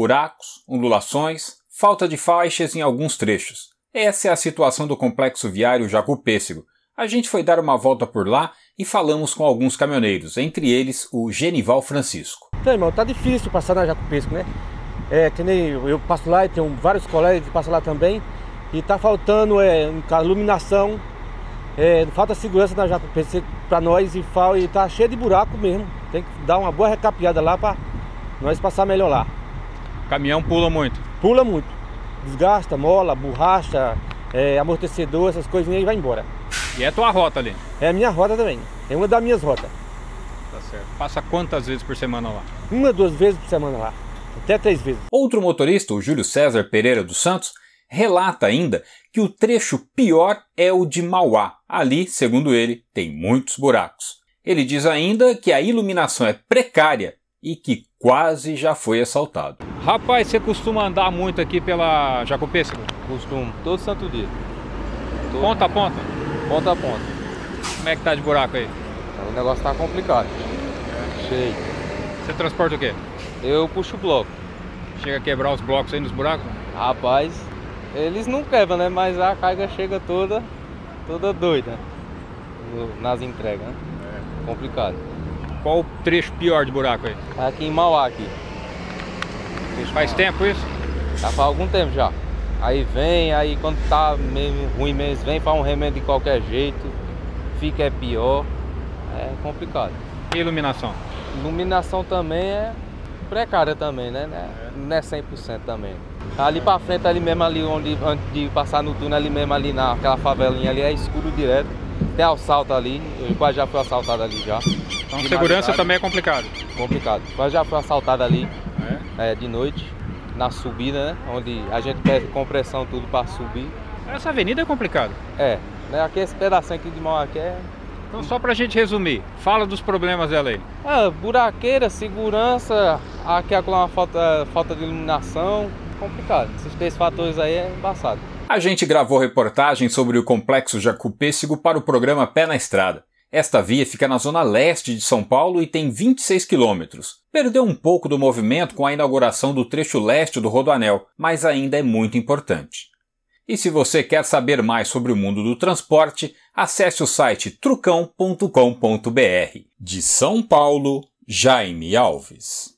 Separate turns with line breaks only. buracos, ondulações, falta de faixas em alguns trechos. Essa é a situação do complexo viário Jacu Pêssego. A gente foi dar uma volta por lá e falamos com alguns caminhoneiros, entre eles o Genival Francisco.
Então, irmão, tá difícil passar na Jacu Pêssego, né? É, que nem eu, eu passo lá e tenho vários colegas que passam lá também. E tá faltando é, iluminação, é, falta segurança na Jacu Pêssego para nós e, fala, e tá cheio de buraco mesmo. Tem que dar uma boa recapeada lá para nós passar melhor lá.
O caminhão pula muito?
Pula muito. Desgasta, mola, borracha, é, amortecedor, essas coisinhas e vai embora.
E é tua rota ali?
É a minha rota também. É uma das minhas rotas.
Tá certo. Passa quantas vezes por semana lá?
Uma, duas vezes por semana lá. Até três vezes.
Outro motorista, o Júlio César Pereira dos Santos, relata ainda que o trecho pior é o de Mauá. Ali, segundo ele, tem muitos buracos. Ele diz ainda que a iluminação é precária e que quase já foi assaltado.
Rapaz, você costuma andar muito aqui pela Jacopêssego?
Costumo, todo santo dia.
Todo... Ponta a ponta?
Ponta a ponta.
Como é que tá de buraco aí?
O negócio tá complicado. Cheio.
Você transporta o quê?
Eu puxo o bloco.
Chega a quebrar os blocos aí nos buracos?
Rapaz, eles não quebram, né? Mas a carga chega toda, toda doida no- nas entregas, né? Complicado. Tá
Qual o trecho pior de buraco aí?
Aqui em Mauá, aqui.
Faz tempo isso?
Já Tá faz algum tempo já. Aí vem, aí quando tá meio ruim mesmo, vem faz um remédio de qualquer jeito. Fica é pior. É complicado.
E iluminação?
Iluminação também é precária também, né? Né? Não é 100% também. Ali pra frente, ali mesmo, ali onde, antes de passar no túnel, ali mesmo, ali naquela favelinha ali, é escuro direto. Tem assalto ali, eu quase já fui assaltado ali já.
Então
Iluminação.
segurança também é complicado.
Complicado. Quase já fui assaltado ali,
É.
é, de noite, na subida, né? Onde a gente perde compressão tudo pra subir.
Essa avenida é complicada.
É, né? Aqui esse pedacinho aqui de mão aqui é
Então só pra gente resumir, fala dos problemas dela aí.
Ah, buraqueira, segurança, aqui acolá uma falta, é, falta de iluminação, complicado. Esses três fatores aí é embaçado.
A gente gravou reportagem sobre o complexo Jacupêssego para o programa Pé na Estrada. Esta via fica na zona leste de São Paulo e tem 26 quilômetros. Perdeu um pouco do movimento com a inauguração do trecho leste do Rodoanel, mas ainda é muito importante. E se você quer saber mais sobre o mundo do transporte, acesse o site trucão.com.br. De São Paulo, Jaime Alves.